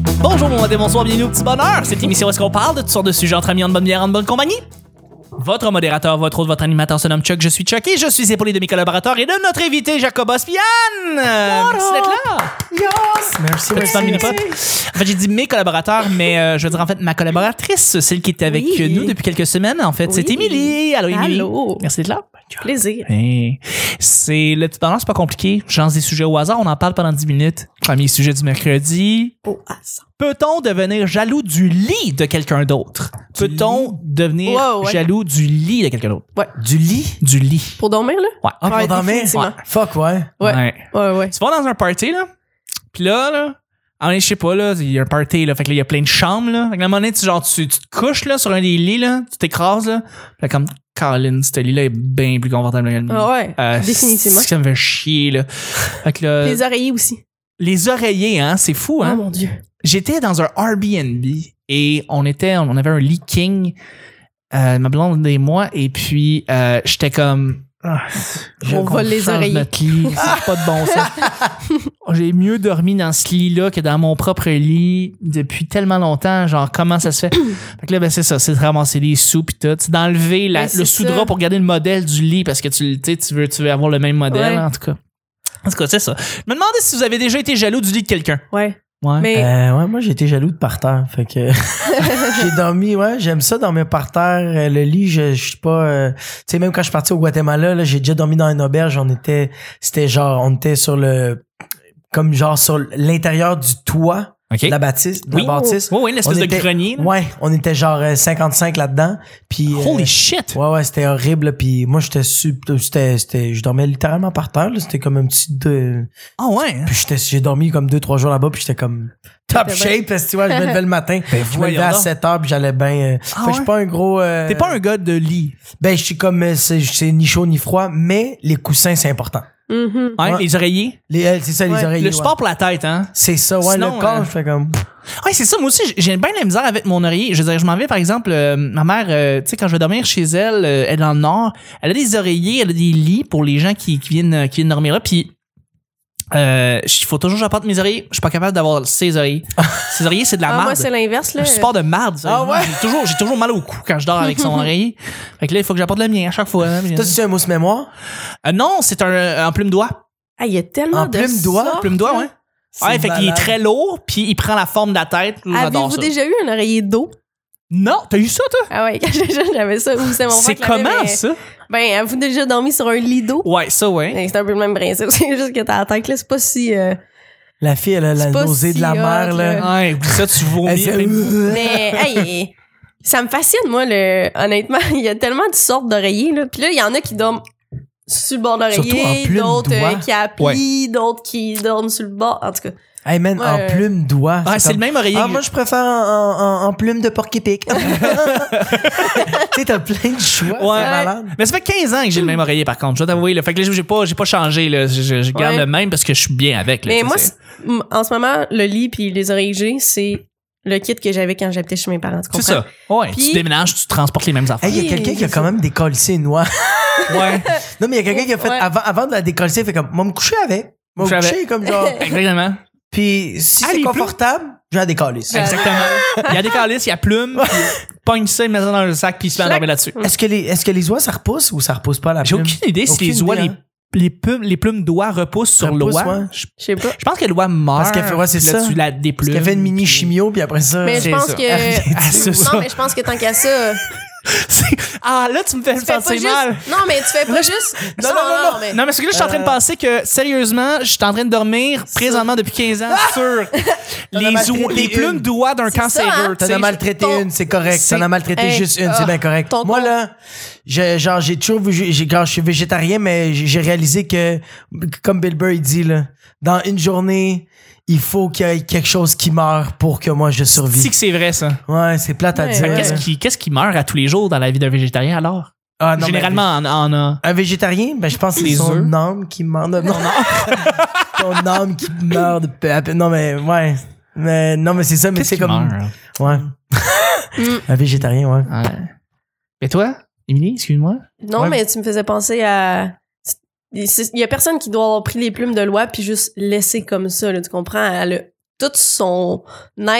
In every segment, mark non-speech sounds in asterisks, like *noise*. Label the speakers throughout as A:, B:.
A: matin, bonsoir, bienvenue au petit bonheur. Cette émission où est-ce qu'on parle de toutes sortes de sujets entre amis, en bonne bière, en bonne compagnie. Votre modérateur, votre autre, votre animateur se nomme Chuck, je suis Chuck et je suis épaulé de mes collaborateurs et de notre invité Jacoba Spian. Euh, Merci d'être là.
B: Yes!
A: Merci, En fait, j'ai dit mes collaborateurs, mais euh, je veux dire en fait ma collaboratrice, celle qui était avec
B: Oui.
A: nous depuis quelques semaines. En fait, c'est
B: Oui.
A: Émilie. Allô, Émilie.
B: Allô.
A: Merci d'être là.
B: Plaisir.
A: Hey. C'est le petit bonheur, c'est pas compliqué. Je lance des sujets au hasard, on en parle pendant 10 minutes. Premier sujet du mercredi.
B: Oh, ah, ça.
A: Peut-on devenir jaloux du lit de quelqu'un d'autre? Peut-on devenir
B: Wow, ouais.
A: jaloux du lit de quelqu'un d'autre?
C: Du lit?
A: Du lit.
B: Pour dormir, là?
A: Ouais.
C: Ah,
B: Ouais,
C: pour dormir?
B: définitivement.
C: Fuck, ouais.
B: Ouais. Ouais, ouais.
A: Tu vas dans un party, là. Puis là, là. ah, je sais pas, là, il y a un party, là. Fait que là, il y a plein de chambres, là. Fait que à un moment donné, tu, genre, tu, tu te couches, là, sur un des lits, là. Tu t'écrases, là. Fait comme, Colin, ce lit-là est bien plus confortable que le mien.
B: Ah ouais.
A: Euh,
B: Définitivement.
A: Ça me fait chier, là. Fait que là, les,
B: Les oreillers aussi.
A: oreillers, hein, c'est fou,
B: Oh
A: euh, hein.
B: mon Dieu.
A: J'étais dans un Airbnb et on était, on avait un lit king, euh, ma blonde et moi, et puis euh, j'étais comme. Ah, je
B: On
A: veux qu'on
B: vole les
A: change
B: oreillers.
A: notre lit, c'est pas de bon sens. *laughs* J'ai mieux dormi dans ce lit-là que dans mon propre lit depuis tellement longtemps. Genre, comment ça se *clears throat* fait? fait que là, ben, c'est ça, c'est de ramasser les sous pis tout. C'est d'enlever la-
B: Ben,
A: le
B: c'est
A: sous-drap
B: ça.
A: pour garder le modèle du lit parce que tu, le- tu sais, tu veux, tu veux avoir le même modèle,
B: Ouais.
A: en tout cas. En tout cas, c'est ça. Je me demandais si vous avez déjà été jaloux du lit de quelqu'un.
B: Ouais.
A: Ouais.
B: Mais
C: Euh, ouais, moi, j'ai été jaloux de par terre. Fait que *laughs* j'ai dormi, ouais, j'aime ça dormir par terre. Euh, Le lit, je, je suis pas. euh, tu sais, même quand je suis parti au Guatemala, là, j'ai déjà dormi dans une auberge. On était. C'était genre. On était sur le. Comme genre sur l'intérieur du toit
A: OK.
C: de la bâtisse. De
A: Oui. Oh,
C: la bâtisse.
A: Ouais, ouais, une espèce
C: On
A: de
C: était-
A: grenier. là.
C: Ouais, on était genre euh, 55 là-dedans. Puis. euh,
A: Holy shit!
C: Ouais, ouais, c'était horrible. là, Puis moi, j'étais sup- c'était, c'était, je dormais littéralement par terre. là, C'était comme un petit. De...
A: Ah ouais!
C: Puis j'étais, j'ai dormi comme deux, trois jours là-bas. Puis j'étais comme top
B: T'étais
C: shape. Parce que tu vois, je me levais le matin. je me
A: Ben, voyons
C: levais à
A: donc.
C: 7 heures. Puis j'allais bien. euh,
A: Ah
C: fait que je suis
A: ouais?
C: pas un gros. euh,
A: T'es pas un gars de lit.
C: Ben, je suis comme. euh, C'est, c'est ni chaud ni froid. Mais les coussins, c'est important.
B: mhm.
A: Hein,
C: Ouais.
A: Les oreillers.
C: Les, euh, c'est ça,
B: Ouais.
C: les oreilles.
A: le sport pour la tête, hein?
C: C'est ça, ouais.
A: Sinon,
C: le corps,
A: euh,
C: je fais comme.
A: Ouais, c'est ça. Moi aussi, j'ai bien de la misère avec mon oreiller. Je veux dire, je m'en vais, par exemple, euh, ma mère, euh, tu sais, quand je vais dormir chez elle, euh, elle est dans le Nord, elle a des oreillers, elle a des lits pour les gens qui, qui viennent, qui viennent dormir là. Puis, euh, il faut toujours que j'apporte mes oreillers. Je suis pas capable d'avoir ses
C: *laughs*
A: oreillers. ses oreillers, c'est de la
B: Ah, moi,
A: marde.
B: c'est l'inverse, là.
A: Le sport de marde. ça.
C: Ah ouais?
A: J'ai toujours, j'ai toujours mal au cou quand je dors avec
B: *laughs*
A: son oreiller. Fait que là, il faut que j'apporte le mien à chaque fois. hein.
C: Toi, tu as un mousse mémoire?
A: Euh, non, c'est un, un plume d'oie.
B: Ah, il y a tellement
C: En
B: de.
C: plume d'oie,
B: sortes,
A: Plume d'oie,
B: là.
A: ouais. Ouais, fait qu'il est
C: malade.
A: très lourd, puis il prend la forme de la tête. J'adore
B: Avez-vous
A: ça.
B: déjà eu un oreiller d'eau?
A: Non, t'as eu ça, toi?
B: Ah ouais, *laughs* quand j'étais jeune, j'avais ça. Ou c'est mon frère
A: C'est
B: qui l'avait,
A: comment,
B: mais-
A: ça?
B: Ben, avez-vous déjà dormi sur un lit d'eau?
A: Ouais, ça, ouais.
B: Ben, C'est un peu le même principe. *laughs* C'est juste que t'as la tête, là. C'est pas si. euh,
C: La fille, elle a la
B: C'est pas
C: nausée de la
B: si
C: mer,
B: hot,
C: là.
B: là.
A: Ouais, oublie ça, tu
C: Elle
A: vomis.
C: fait-
A: plein-
C: *laughs*
B: Mais hey, ça me fascine, moi, le... honnêtement. *laughs* Il y a tellement de sortes d'oreillers. Là. Puis là, il y en a qui dorment sur le bord de
C: Surtout en
B: l'oreiller,
C: plume
B: d'autres euh,
C: d'oie.
B: qui appuient, d'autres qui dorment sur le bord. En tout cas,
C: Hey, man,
B: Ouais,
C: en
B: euh,
C: plume d'oie.
A: Ah, c'est
C: comme-
A: le même oreiller.
C: Ah,
A: que-
C: moi, je préfère en, en- en plume de porc épic. *laughs* tu sais, t'as plein de choix.
A: Ouais.
C: c'est malade.
A: Mais ça fait 15 ans que j'ai le même oreiller, par contre. Je dois t'avouer, là. Fait que là, j'ai pas, j'ai pas changé, là. Je, je- je garde
B: Ouais.
A: le même parce que je suis bien avec, là.
B: mais
A: tu sais,
B: moi,
A: c'est-
B: c'est- m- en ce moment, le lit puis les oreillers que j'ai, c'est le kit que j'avais quand j'habitais chez mes parents. Tu
A: c'est ça.
B: comprends?
A: Ouais.
B: Puis-
A: Tu déménages, tu transportes les mêmes affaires.
C: Hey, il y a
B: Oui,
C: quelqu'un qui a
B: c'est
C: quand même décollissé une noix.
A: Ouais.
C: *laughs* Non, mais il y a quelqu'un qui a fait,
B: Ouais.
C: avant, avant de la décollisser, il fait comme, moi, me coucher avec. Moi, me
A: Coucher
C: coucher comme
B: *laughs*
C: genre.
A: Exactement.
C: Puis, si
A: Ah,
C: c'est
A: il pleut.
C: confortable, je la décalisse.
B: Ouais.
A: Exactement. Il y a des calices, il y a
B: *laughs*
A: plume, puis il pogne ça, il met ça dans le sac, puis il se met à
B: Clac.
A: dormir là-dessus.
C: Est-ce que les, est-ce que les oies, ça repousse ou ça repousse pas la
A: J'ai
C: plume?
A: aucune idée si
C: Aucune
A: les oies,
C: idée,
A: les,
C: hein.
A: les plumes, les plumes d'oies repoussent sur
C: Repoussent,
A: l'oie.
C: ouais.
A: Je,
B: Je
A: *laughs*
B: sais pas.
A: je pense que l'oie meurt.
C: Parce qu'elle fait- ouais, c'est
A: puis là,
C: ça.
A: Tu la déplumes.
C: Parce qu'elle fait une mini
A: puis-
C: chimio, puis après ça.
B: Mais je
A: c'est
B: pense
A: ça.
B: *laughs* que.
A: Ah, c'est ça.
B: Non, mais je pense que tant
A: *laughs*
B: qu'à ça.
A: C'est- Ah, là, tu me fais
B: Tu fais pas
A: penser
B: juste...
A: mal.
B: Non, mais tu fais pas juste.
C: Non, non, non, non.
B: mais-
A: Non, mais c'est que là, je suis en train de
C: Euh.
A: penser que, sérieusement, je suis en train de dormir présentement depuis 15 ans
C: *laughs*
A: sur les,
C: Ah! maltraité
A: oies- les
C: une.
A: plumes d'oie d'un
B: C'est ça, hein.
A: cancéreux. tu
C: T'en
A: sais.
C: as maltraité
B: ton-
C: une, c'est correct.
A: c'est-
C: T'en as maltraité
B: Hey,
C: juste une,
B: ah,
C: c'est bien correct.
B: ton
C: Moi,
B: con-
C: là, j'ai- genre, j'ai toujours vu, j'ai- j'ai- quand je suis végétarien, mais j'ai j'ai réalisé que, comme Bill Burr, il dit, là, dans une journée, il faut qu'il y ait quelque chose qui meurt pour que moi je
A: Si
C: survive.
A: que c'est vrai, ça.
C: Ouais, c'est plate à
B: Ouais.
C: dire.
B: Fait
A: Qu'est-ce
C: là.
A: qui, qu'est-ce qui meurt à tous les jours dans la vie d'un végétarien, alors?
C: Ah, non, mais-
A: Généralement, en, en, en-
C: Un végétarien, ben, je pense que c'est
A: Les œufs.
C: son âme qui
A: *laughs*
C: meurt. Non, non. *laughs* Ton âme qui meurt de peu à peu. Non, mais, ouais. Mais, non, mais c'est ça, mais
A: qu'est-ce
C: c'est
A: qui
C: comme.
A: meurt? hein?
C: Ouais.
B: Mm.
C: Un végétarien, ouais.
A: Ouais. Mais toi, Émilie, excuse-moi.
B: Non,
C: Ouais.
B: mais tu me faisais penser à. Il y a personne qui doit avoir pris les plumes de l'oie puis juste laisser comme ça, là, tu comprends? Elle a tout son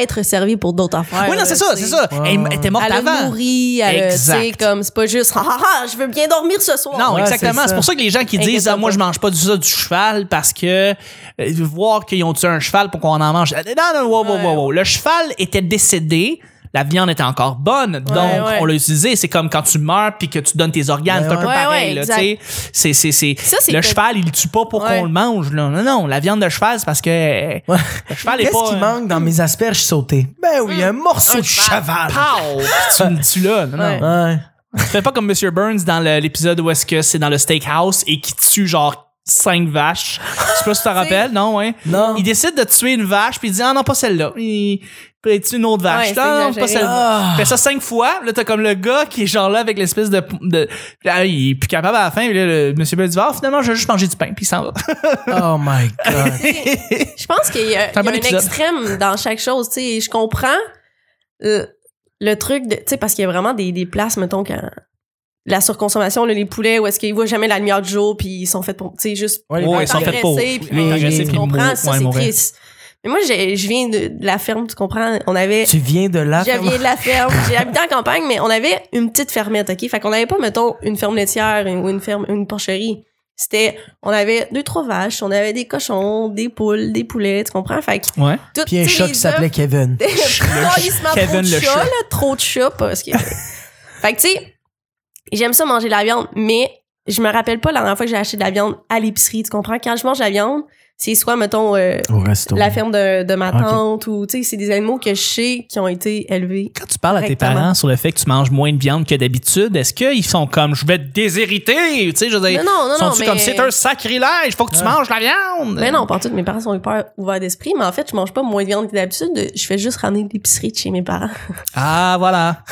B: être servi pour d'autres affaires.
A: oui, non,
B: là,
A: c'est ça,
B: tu
A: c'est
B: sais.
A: ça.
C: Ouais.
A: Elle, elle était morte
B: Elle a
A: avant.
B: nourri, elle a- tu sais,
A: Exact.
B: comme, c'est pas juste, ah, ah, ah, je veux bien dormir ce soir.
A: Non,
C: Ouais, c'est
A: exactement.
C: ça.
A: C'est pour ça que les gens qui disent
B: Inquiète-toi
A: ah, moi
B: pas.
A: je mange pas du ça du cheval parce que euh, voir qu'ils ont tué un cheval pour qu'on en mange. Euh, Non non wow, wow,
B: Ouais.
A: wow, wow. Le cheval était décédé. La viande était encore bonne, donc
B: ouais.
A: on l'a utilisé. C'est comme quand tu meurs puis que tu donnes tes organes,
C: Ben
A: c'est un peu
B: ouais. Ouais,
A: pareil.
B: ouais,
A: là, tu
B: exact.
A: sais. c'est, c'est, c'est,
B: Ça, c'est
A: le
B: que-
A: cheval, il le tue pas pour
B: Ouais.
A: qu'on le mange. Là. Non, non, la viande de cheval, c'est parce que euh,
C: Ouais.
A: le cheval est pas...
C: Qu'est-ce qui
A: euh,
C: manque dans mes asperges sautées? Ben
B: Mm.
C: oui, un morceau de cheval.
A: pow! tu me tues là. Non, non.
B: Ouais.
C: Ouais.
A: Tu fais pas comme Monsieur Burns dans le- l'épisode où est-ce que c'est dans le steakhouse et qui tue genre cinq vaches. Je sais pas si
B: *laughs*
A: tu te rappelles, non, ouais.
C: Non.
A: Il décide de tuer une vache puis il dit ah non pas celle-là. Il puis il tue une autre vache.
B: Ouais, c'est
A: non, non,
B: exagéré.
A: pas celle-là.
C: Ah.
A: Il Fait euh, ça cinq fois. Là t'as comme le gars qui est genre là avec l'espèce de, de là, il est plus capable à la fin. Puis là, le Monsieur Burns dit ah finalement je vais juste manger du pain puis il s'en va.
C: Oh my God.
B: Je pense qu'il y a,
A: C'est un
B: il y
A: bon
B: a un
A: épisode.
B: extrême dans chaque chose. Tu sais, je comprends le, le truc de, tu sais, parce qu'il y a vraiment des, des places, mettons, quand la surconsommation, là, les poulets, où est-ce qu'ils voient jamais la lumière du jour, puis ils sont faits pour, tu sais, juste
C: Ouais,
A: Oh,
C: les
A: ils sont faits pour.
B: T'engraisser, puis-
A: Les-
C: t'engraisser,
B: tu
A: puis
B: comprends,
A: mou-
B: ça,
A: ouais,
B: c'est
A: mauvais.
B: triste. Mais moi, j'ai- je viens de, de la ferme, tu comprends? On avait.
C: Tu viens de là.
B: Je viens de la ferme. J'ai habité en campagne, mais on avait une petite fermette, OK? Fait qu'on n'avait pas, mettons, une ferme laitière une- ou une ferme, une porcherie. C'était, on avait deux, trois vaches, on avait des cochons, des poules, des poulets, tu comprends? Fait que
A: *laughs* Ouais.
B: tout,
C: Puis un
B: tu sais,
C: chat
B: les
C: qui s'appelait Kevin.
B: œufs- Calissement, trop
A: Kevin
B: de
A: le
B: chats,
A: chat.
B: là, trop de chats, parce
A: *laughs*
B: que... fait que, tu sais, j'aime ça manger de la viande, mais je me rappelle pas la dernière fois que j'ai acheté de la viande à l'épicerie, tu comprends? Quand je mange de la viande, c'est soit, mettons, euh,
C: Au resto.
B: la ferme de, de ma
A: Ah,
C: Ok.
B: tante ou, tu sais, c'est des animaux que je sais qui ont été élevés
A: Quand tu parles à tes
B: Exactement.
A: parents sur le fait que tu manges moins de viande que d'habitude, est-ce qu'ils sont comme je vais te déshériter, tu sais, je veux dire,
B: Non, non, non, non,
A: sont-tu
B: mais-
A: comme c'est un sacrilège, faut que tu
C: Ouais.
A: manges la viande.
B: Mais non, pas en tout. Mes parents sont hyper ouverts d'esprit, mais en fait, je mange pas moins de viande que d'habitude. Je fais juste ramener de l'épicerie de chez mes parents.
A: Ah, voilà.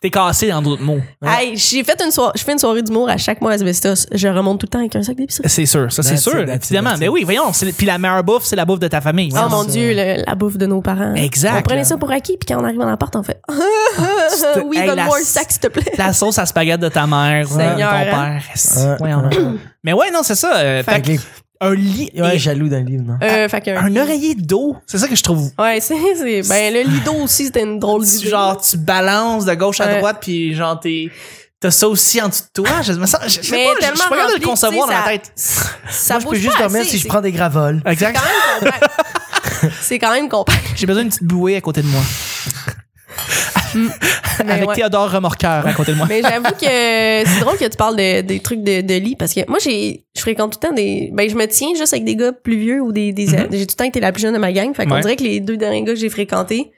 A: T'es cassé dans d'autres mots.
C: Ouais.
B: Hey, j'ai fait une soirée, je fais une soirée d'humour à chaque mois à Asbestos. Je remonte tout le temps avec un sac d'épicerie.
A: C'est sûr, ça c'est
C: That's it,
A: sûr,
C: that's it,
A: évidemment.
C: that's it.
A: Mais oui, voyons, c'est- puis la meilleure bouffe, c'est la bouffe de ta famille.
B: Oh
A: Voyons.
B: mon
C: ça.
B: dieu, le- la bouffe de nos parents.
A: Exact,
B: On prenait
A: là.
B: ça pour acquis, puis quand on arrive dans l'appart, on fait *laughs*
A: te-
B: Oui,
A: hey, la-
B: donne-moi un sac, s'il te plaît.
A: La sauce à spaghette de ta mère, ouais, de
B: Seigneur,
A: ton
B: hein.
A: père. c'est- voyons. Mais ouais, non, c'est ça. euh, fait
C: Fait que les-
A: que un lit, et
C: Ouais, jaloux d'un livre, non?
B: Euh, fait qu'un-
A: un oreiller d'eau, c'est ça que je trouve.
B: *laughs* Ouais, c'est, c'est- Ben, le lido aussi, c'était une drôle d'idée.
A: Genre, tu balances de gauche à
B: Ouais.
A: droite, puis genre, t'es. T'as ça aussi en dessous de toi. Je me sens. Je, je sais
B: Mais
A: pas, je- je
B: tellement
A: suis pas capable de
B: rempli,
A: le concevoir
B: tu
A: dans
B: sais,
A: la
B: ça-
A: tête.
B: Ça
C: Moi, je peux
B: bouge
C: juste
B: pas
C: dormir
B: assez,
C: si je
B: c'est-
C: prends des gravoles.
B: C'est
A: Exact.
B: quand même compact.
C: *laughs*
B: c'est quand même compact.
A: J'ai besoin d'une petite bouée à côté de moi.
B: mais
A: Avec
B: ouais.
A: Théodore Remorqueur à côté de moi.
C: *laughs*
B: Mais j'avoue que c'est drôle que tu parles de- des trucs de, de lit parce que moi, j'ai, je fréquente tout le temps des. Ben, je me tiens juste avec des gars plus vieux ou des. des J'ai tout le temps été la plus jeune de ma gang. Fait qu'on
A: Mm-hmm. Ouais.
B: dirait que les deux derniers gars que j'ai fréquentés,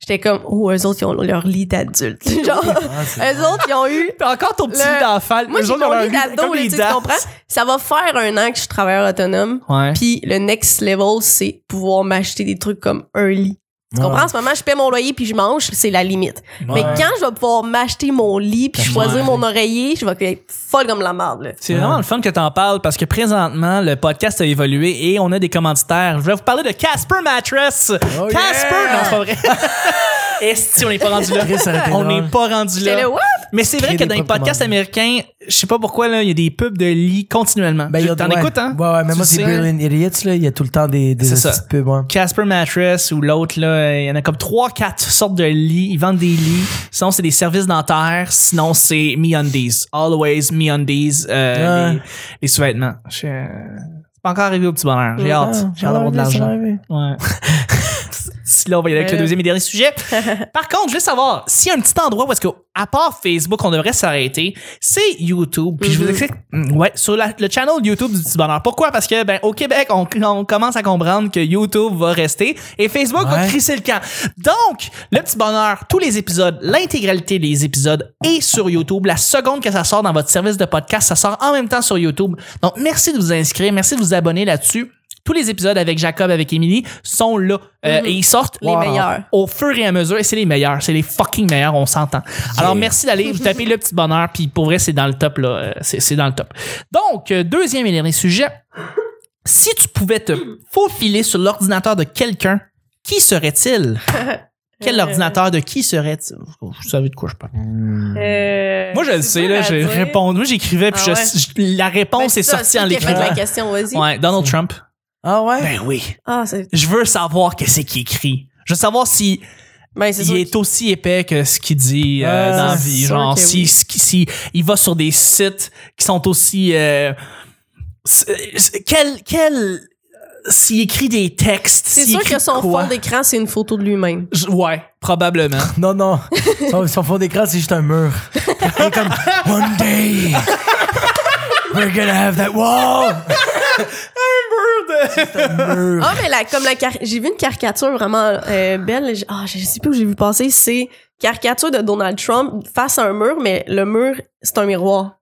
B: j'étais comme, oh, eux autres, ils ont leur lit d'adulte. *laughs*
A: *laughs*
B: Genre,
C: Ah, c'est
B: eux autres, ils ont eu.
A: Puis encore ton petit
B: Le-
A: lit d'enfant.
B: Moi,
A: eux
B: j'ai
A: autres,
B: mon
A: leur
B: lit
A: lit,
B: d'ado,
A: comme
B: là,
A: les
B: tu sais, tu
A: dates.
B: comprends? Ça va faire un an que je suis travailleur autonome.
A: Ouais.
B: Puis le next level, c'est pouvoir m'acheter des trucs comme un lit. Tu
C: Ouais.
B: comprends? En ce moment, je paie mon loyer puis je mange, c'est la limite. Mais
C: Ouais.
B: quand je vais pouvoir m'acheter mon lit puis
C: Ouais.
B: choisir mon oreiller, je vais être folle comme la marde, là.
A: C'est
C: Ouais.
A: vraiment le fun que t'en parles parce que présentement, le podcast a évolué et on a des commanditaires. Je vais vous parler de Casper Mattress.
C: Oh
A: Casper!
C: yeah!
A: Non, c'est pas vrai. *laughs* Est-ce qu'on n'est pas rendu là?
C: Chris, ça aurait été
A: on
C: drôle.
A: n'est pas rendu
B: J'étais
A: là.
B: là, what?
A: Mais c'est vrai
C: Créer
A: que
C: des
A: dans les
C: propres
A: podcasts
C: commandes.
A: américains, je sais pas pourquoi, là, il y a des pubs de lit continuellement.
C: Ben, il y a-
A: T'en
C: ouais.
A: écoutes, hein?
C: Ouais, ouais, mais
A: Tu
C: moi, c'est
A: sais.
C: Brilliant Idiots, là. Il y a tout le temps des, des
A: C'est ça.
C: petites pubs, ouais.
A: Casper Mattress ou l'autre, là, il y en a comme 3-4 sortes de lits. Ils vendent des lits. Sinon, c'est des services dentaires. Sinon, c'est MeUndies. Always MeUndies. Euh,
C: Ouais.
A: Les, les sous-vêtements. Je suis, euh, c'est pas encore arrivé au petit bonheur. J'ai hâte.
C: Ah,
A: J'ai hâte d'avoir de
C: ouais, ça
A: l'argent.
C: arrive.
A: Ouais. Si *laughs* là, on va y aller avec le deuxième et dernier sujet. Par contre, je voulais savoir s'il y a un petit endroit où est-ce que, à part Facebook, on devrait s'arrêter, c'est YouTube. Puis je vous
B: Mhm.
A: explique, mm, ouais, sur la- le channel YouTube du petit bonheur. Pourquoi? Parce que, ben, au Québec, on, on commence à comprendre que YouTube va rester et Facebook va
C: Ouais.
A: crisser le camp. Donc, le petit bonheur, tous les épisodes, l'intégralité des épisodes est sur YouTube. La seconde que ça sort dans votre service de podcast, ça sort en même temps sur YouTube. Donc, merci de vous inscrire. Merci de vous abonner là-dessus. Tous les épisodes avec Jacob, avec Émilie sont là. Euh,
B: Mhm.
A: Et ils sortent
B: Les meilleurs.
A: au fur et à mesure. Et c'est les meilleurs. C'est les fucking meilleurs, on s'entend. Alors, merci d'aller vous taper le petit bonheur. Puis pour vrai, c'est dans le top, là. Euh, C'est c'est dans le top. Donc, euh, deuxième et dernier sujet. Si tu pouvais te faufiler sur l'ordinateur de quelqu'un, qui
B: *laughs*
A: serait-il? Quel
B: Euh.
A: ordinateur de qui serait-il? Vous savez de quoi je parle.
B: Euh,
A: Moi, je le
B: c'est
A: sais,
B: dur
A: là.
B: à
A: Je
B: dire.
A: réponds. Moi, j'écrivais, puis
B: Ah
A: je- je- la
B: Ben,
A: réponse
B: c'est
A: est
B: ça,
A: sortie
B: c'est
A: en
B: qui a fait
A: l'écrivant.
B: la question, vas-y.
A: Ouais, Donald Trump.
C: Ah ouais?
A: Ben oui.
B: Ah, c'est.
A: Je veux savoir qu'est-ce qu'il écrit. Je veux savoir si
B: Ben, c'est
A: il
B: sûr.
A: est aussi épais que ce qu'il dit euh,
C: Ah,
A: dans la
B: c'est
A: vie.
B: sûr
A: Genre,
B: que
A: si,
B: oui.
A: si- si il va sur des sites qui sont aussi... euh, c'est- c'est- quel... quel s'il écrit des textes,
B: C'est
A: s'il
B: sûr
A: écrit
B: que son
A: quoi?
B: fond d'écran, c'est une photo de lui-même.
A: Je- Ouais, probablement.
C: Non, non. Son, son fond d'écran, c'est juste
A: *laughs*
C: un mur. Il est comme One day, we're gonna have
A: *laughs*
C: that wall. un mur.
B: Ah, mais la, comme la car- j'ai vu une caricature vraiment euh, belle. J- Ah, je sais plus où j'ai vu passer. C'est caricature de Donald Trump face à un mur, mais le mur, c'est un miroir.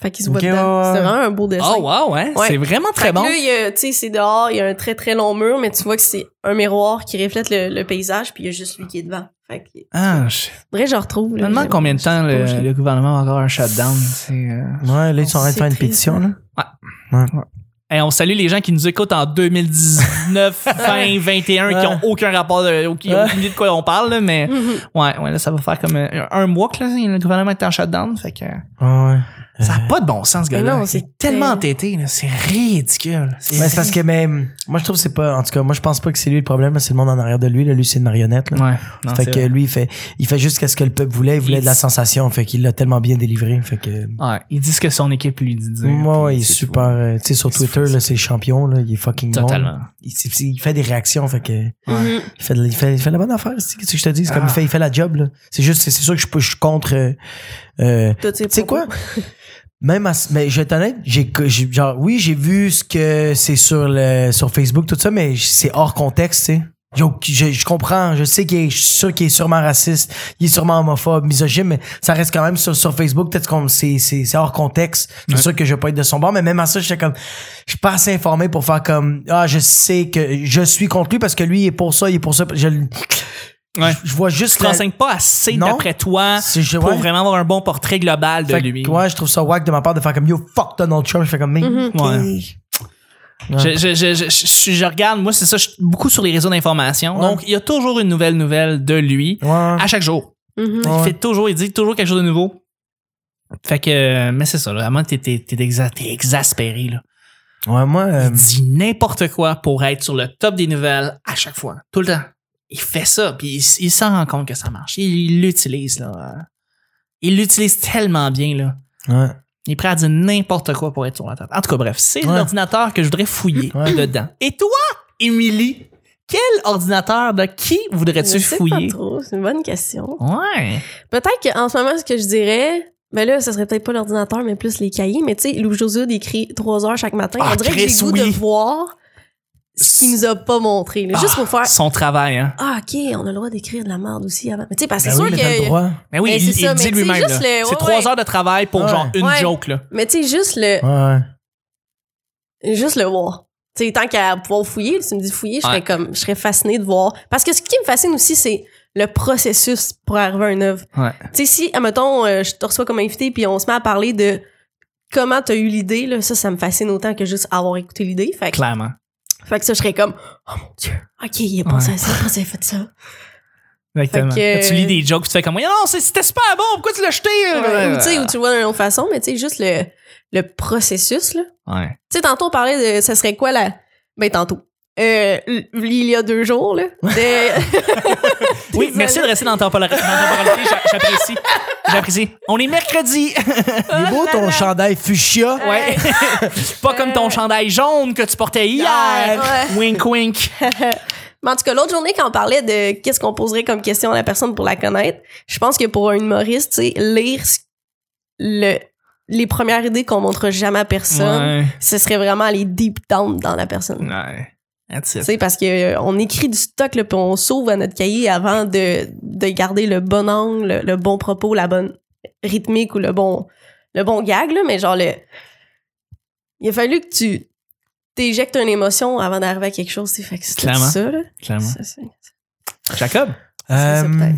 B: Fait qu'il se voit
C: Ok,
B: dedans.
C: ouais, ouais.
B: C'est vraiment un beau dessin.
A: Oh wow, hein?
B: Ouais.
A: C'est vraiment
B: Fait
A: très
B: que
A: bon.
B: là, il y a- tu sais, c'est dehors, il y a un très très long mur, mais tu vois que c'est un miroir qui reflète le, le paysage, puis il y a juste lui qui est devant. Fait que,
A: Ah, je
B: vrai, je retrouve.
A: je me
B: là,
A: demande
B: je-
A: combien de
B: je-
A: temps
B: je-
A: le, le gouvernement va avoir un shutdown. C'est, euh,
C: Ouais, là, ils sont en train de faire une
B: C'est triste,
C: pétition, là.
A: Hey, on salue les gens qui nous écoutent en
C: *laughs*
A: 2019, 20, 21, qui ont
C: Ouais.
A: aucun rapport, de, qui ont aucune idée de quoi on parle, là, mais
B: Mhm.
A: ouais, ouais, là, ça va faire comme euh, un mois que là, le gouvernement est en shutdown, fait que euh,
C: Ah, Ouais.
A: ça
C: Euh.
A: n'a pas de bon sens, ce gars-là.
B: Mais non,
A: Il est
B: c'est
A: tellement
B: terrible.
A: entêté, là, c'est ridicule.
C: Mais c'est parce que même. Moi, je trouve que c'est pas. En tout cas, moi, je pense pas que c'est lui le problème. là, C'est le monde en arrière de lui. Là. Lui, c'est une marionnette. Là.
A: Ouais, non,
C: fait
A: c'est
C: que
A: vrai.
C: lui, il fait, il fait juste ce que le peuple voulait. Il voulait
A: Il-
C: de la sensation. Fait qu'il l'a tellement bien délivré. Fait que.
A: Ouais, ils disent que son équipe lui dit. de dire,
C: Moi,
A: puis
C: il est
A: c'est
C: super.
A: tout.
C: euh, tu sais, sur
A: Il se
C: Twitter,
A: fout.
C: là, c'est le champion. Là, il est fucking bon.
A: Totalement.
C: Il, il fait des réactions. Fait que.
B: Mhm.
C: Il fait, de- il, fait, il fait la bonne affaire, c'est ce que je te dis. C'est comme
A: Ah.
C: il fait, il fait la job. là. C'est juste, c'est c'est sûr que je, peux- je suis contre. euh, euh,
B: Tout,
C: tu sais quoi?
A: *laughs*
C: Même à, ce- mais je vais être honnête, j'ai, que- j'ai- genre, oui, j'ai vu ce que c'est sur le, sur Facebook, tout ça, mais c'est hors contexte, tu sais. Yo, Je, je comprends, je sais qu'il est, je suis sûr qu'il est sûrement raciste, il est sûrement homophobe, misogyne, mais ça reste quand même sur, sur Facebook, peut-être qu'on, c'est, c'est, c'est hors contexte. C'est
A: Ouais.
C: sûr que je vais pas être de son bord, mais même à ça, j'étais comme, je suis pas assez informé pour faire comme, ah, je sais que je suis contre lui parce que lui, il est pour ça, il est pour ça, je,
A: Ouais.
C: je vois juste
A: Tu te
C: la-
A: renseignes pas assez
C: Non.
A: d'après toi
C: c'est- je-
A: pour
C: ouais.
A: vraiment avoir un bon portrait global de
C: Fait que,
A: lui.
C: ouais, je trouve ça whack de ma part de faire comme yo fuck Donald Trump. Je fais comme mais
B: Mhm.
C: ok.
A: Ouais. Je, je, je, je, je- je regarde, moi, c'est ça, je suis beaucoup sur les réseaux d'information.
C: Ouais.
A: Donc, il y a toujours une nouvelle nouvelle de lui
C: Ouais.
B: Ah,
A: à chaque jour.
B: Mhm.
C: Ouais.
A: Il fait toujours, il dit toujours quelque chose de nouveau. Fait que, euh, mais c'est ça, là. À moins que t'es- t'es t'es exa- t'es exaspéré, là.
C: Ouais, moi, euh,
A: Il dit n'importe quoi pour être sur le top des nouvelles à chaque fois, tout le temps. Il fait ça, puis il, il s'en rend compte que ça marche. Il il l'utilise, là. Il l'utilise tellement bien, là.
C: ouais.
A: Il est prêt à dire n'importe quoi pour être sur la table. En tout cas, bref, c'est
C: Ouais.
A: l'ordinateur que je voudrais fouiller
C: Ouais.
A: dedans. *laughs* Et toi, Émilie, quel ordinateur de qui voudrais-tu
B: Je sais
A: fouiller?
B: pas trop, c'est une bonne question.
A: Ouais.
B: Peut-être qu'en ce moment, ce que je dirais, ben là, ça serait peut-être pas l'ordinateur, mais plus les cahiers. Mais tu sais, Lou José écrit trois heures chaque matin.
A: Ah,
B: On dirait que
A: Chris,
B: j'ai le goût
A: oui.
B: de voir ce qu'il nous a pas montré. là, juste
A: Ah,
B: pour faire.
A: Son travail, hein.
B: Ah, ok, on a le droit d'écrire de la merde aussi avant. Mais tu sais, parce que
C: Ben
B: c'est
C: oui,
B: sûr
C: mais t'as le
B: que.
C: droit.
A: Mais oui, il,
B: Mais Eh, c'est
A: il
B: ça,
A: dit
B: mais
A: lui-même.
B: tu sais,
A: là.
B: juste le-
A: C'est
B: ouais,
A: trois
B: ouais.
A: heures de travail pour
C: Ouais.
A: genre une
B: Ouais.
A: joke, là.
B: Mais tu sais, juste le,
C: Ouais.
B: juste le voir. Tu sais, tant qu'à pouvoir fouiller, tu me dis fouiller, je
A: Ouais.
B: serais comme, je serais fascinée de voir. Parce que ce qui me fascine aussi, c'est le processus pour arriver à une œuvre.
A: Ouais.
B: Tu sais, si, admettons, euh, je te reçois comme invité, puis on se met à parler de comment t'as eu l'idée, là, ça, ça me fascine autant que juste avoir écouté l'idée. Fait que,
A: Clairement.
B: fait que ça, je serais comme, oh mon Dieu, OK, il a pensé à ça, il a pensé
A: *laughs*
B: à faire ça.
A: Exactement.
B: Fait que-
A: Là, Tu lis des jokes, tu fais comme, non, c'est- c'était super bon, pourquoi tu l'as jeté?
B: Ou, tu sais, ou tu le vois d'une autre façon, mais tu sais, juste le, le processus, là.
A: Ouais.
B: Tu sais, tantôt, on parlait de, ça serait quoi la... Ben, tantôt. Euh, l- il y a deux jours, là.
A: *laughs*
B: de-
A: Oui, merci de rester dans ta temporalité. dans ta temporalité, j'a- J'apprécie. J'apprécie. On est mercredi.
B: Ah,
C: Il est beau ton chandail fuchsia.
A: Ouais. *laughs* Pas comme ton chandail jaune que tu portais hier.
B: Euh.
A: *laughs*
B: Ouais.
A: Wink, wink.
B: Mais en tout cas, l'autre journée, quand on parlait de qu'est-ce qu'on poserait comme question à la personne pour la connaître, je pense que pour un humoriste, tu sais, lire ce- le, les premières idées qu'on montre jamais à personne, ce serait vraiment aller deep down dans la personne.
A: Ouais. That's
B: Tu
A: it.
B: sais, parce que euh, on écrit du stock, là, puis on sauve à notre cahier avant de, de garder le bon angle, le, le bon propos, la bonne rythmique ou le bon, le bon gag, là, mais genre, le, il a fallu que tu t'éjectes une émotion avant d'arriver à quelque chose. tu sais, Fait que c'est
A: Clairement.
B: ça, là.
A: Clairement.
B: Ça, c'est-
A: Jacob?
B: ça, peut-être.
C: Euh,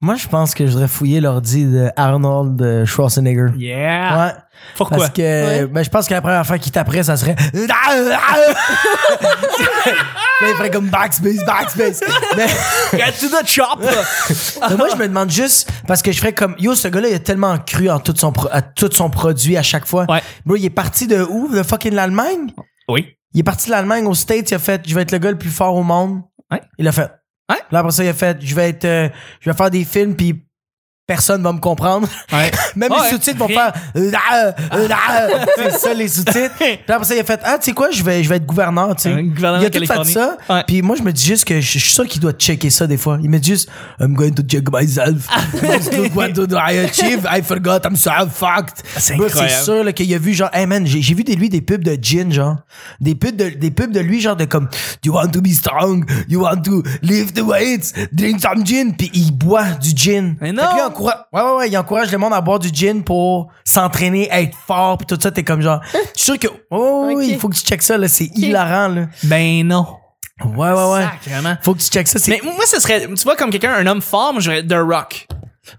C: moi, je pense que je voudrais fouiller l'ordi de Arnold euh, Schwarzenegger.
A: Yeah.
C: Ouais.
A: Pourquoi?
C: Parce que
B: Ouais.
C: ben, je pense que la première affaire qui taperait, ça serait. *laughs* Là, il ferait comme backspace, backspace. Mais-
A: Get to the
B: *laughs*
A: chop.
C: Mais moi, je me demande juste, parce que je ferais comme, yo, ce gars-là, il a tellement cru en tout son, pro- à tout son produit à chaque fois.
A: Ouais.
C: Bro, il est parti de où? De fucking l'Allemagne?
A: oui.
C: Il est parti de l'Allemagne aux States, il a fait je vais être le gars le plus fort au monde.
A: Ouais.
C: Il l'a fait.
A: Ouais.
C: Là après ça, il a fait je vais être euh, je vais faire des films puis personne va me comprendre. *laughs*
A: *laughs* Ouais.
C: Même
A: Ouais.
C: les sous-titres vont
A: Rien.
C: faire euh, ah, euh, *laughs* ah. c'est ça les sous-titres. Puis là, après ça, il a fait ah tu sais quoi, je vais je vais être gouverneur, tu sais.
A: Un gouverneur
C: il a
A: de
C: tout fait
A: Californie.
C: ça.
A: Ouais.
C: Puis moi je me dis juste que je, je suis sûr qu'il doit checker ça des fois. Il me dit juste I'm going to check myself.
A: Ah.
C: *laughs* Look what do I achieve? I forgot I'm so fucked.
A: Ah, C'est
C: Bah,
A: incroyable.
C: C'est sûr là, qu'il a vu genre, hey man, j'ai j'ai vu de lui des pubs de gin, genre. Des pubs de, des pubs de lui, genre de comme, you want to be strong, you want to lift the weights, drink some gin. Puis il boit du gin.
A: Mais non!
C: Fait que lui, il encoura- ouais, ouais, ouais, il encourage le monde à boire du gin pour s'entraîner, être fort, puis tout ça. T'es
A: *laughs*
C: comme genre, je suis sûr que, oh, oui,
B: Ok.
C: il faut que tu checkes ça, là, c'est hilarant, là.
A: Ben non.
C: Ouais, ouais, ouais.
A: Sacrément.
C: Faut que tu checkes ça,
A: Mais
C: c'est
A: moi, ce serait, tu vois, comme quelqu'un, un homme fort, moi, j'aurais The Rock.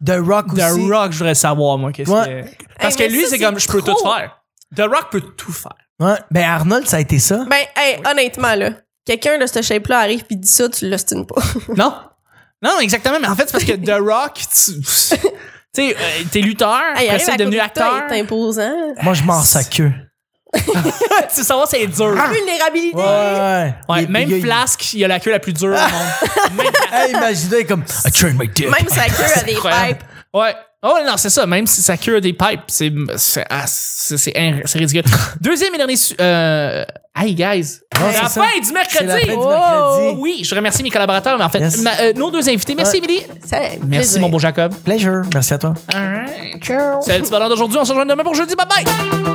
C: The Rock
A: The
C: aussi.
A: Rock, je voudrais savoir, moi, qu'est-ce
C: Ouais.
A: que. Parce
B: mais
A: que lui,
B: ça,
A: c'est
B: c'est
A: comme, je peux
B: trop.
A: tout faire. The Rock peut tout faire.
C: Ouais. Ben, Arnold, ça a été ça.
B: Ben, hey, honnêtement, là, quelqu'un de ce shape-là arrive puis dit ça, tu l'ostines
A: *laughs*
B: pas.
A: Non? Non, exactement, mais en fait, c'est parce que The Rock, tu tu sais, euh, t'es lutteur, après
B: Hey, arrive
A: ça,
B: à
A: t'es devenu
B: côté de toi,
A: acteur.
B: il est imposant.
C: Moi, je mords sa queue.
A: *laughs* tu savoir, c'est dur.
B: Vulnérabilité.
C: Ouais, ouais.
A: Ouais,
C: Ah! Il-
A: même
C: il- il-
A: Flask, il a la queue la plus dure au
B: *laughs*
A: monde. Même Flask.
C: Hey, imagine-toi, il est comme I turned my dick.
B: Même sa queue a des
A: Incroyable.
B: pipes.
A: Ouais. Oh non, c'est ça. Même si ça cure des pipes, c'est c'est ah, c'est- c'est in- c'est ridicule.
C: *laughs*
A: Deuxième et dernier. su- euh, hey guys,
C: Ouais,
A: c'est la
C: c'est ça.
A: fin du mercredi.
C: C'est la fin du
A: Oh,
C: mercredi.
A: oui, je remercie mes collaborateurs, mais en fait,
C: Yes.
A: ma- euh, nos deux invités. Merci
C: Ouais.
A: Émilie.
B: Ça,
A: Merci
B: plaisir.
A: mon beau Jacob.
C: Pleasure. Merci à toi.
A: All right. C'est le petit bonheur d'aujourd'hui. On se rejoint demain pour jeudi. Bye bye.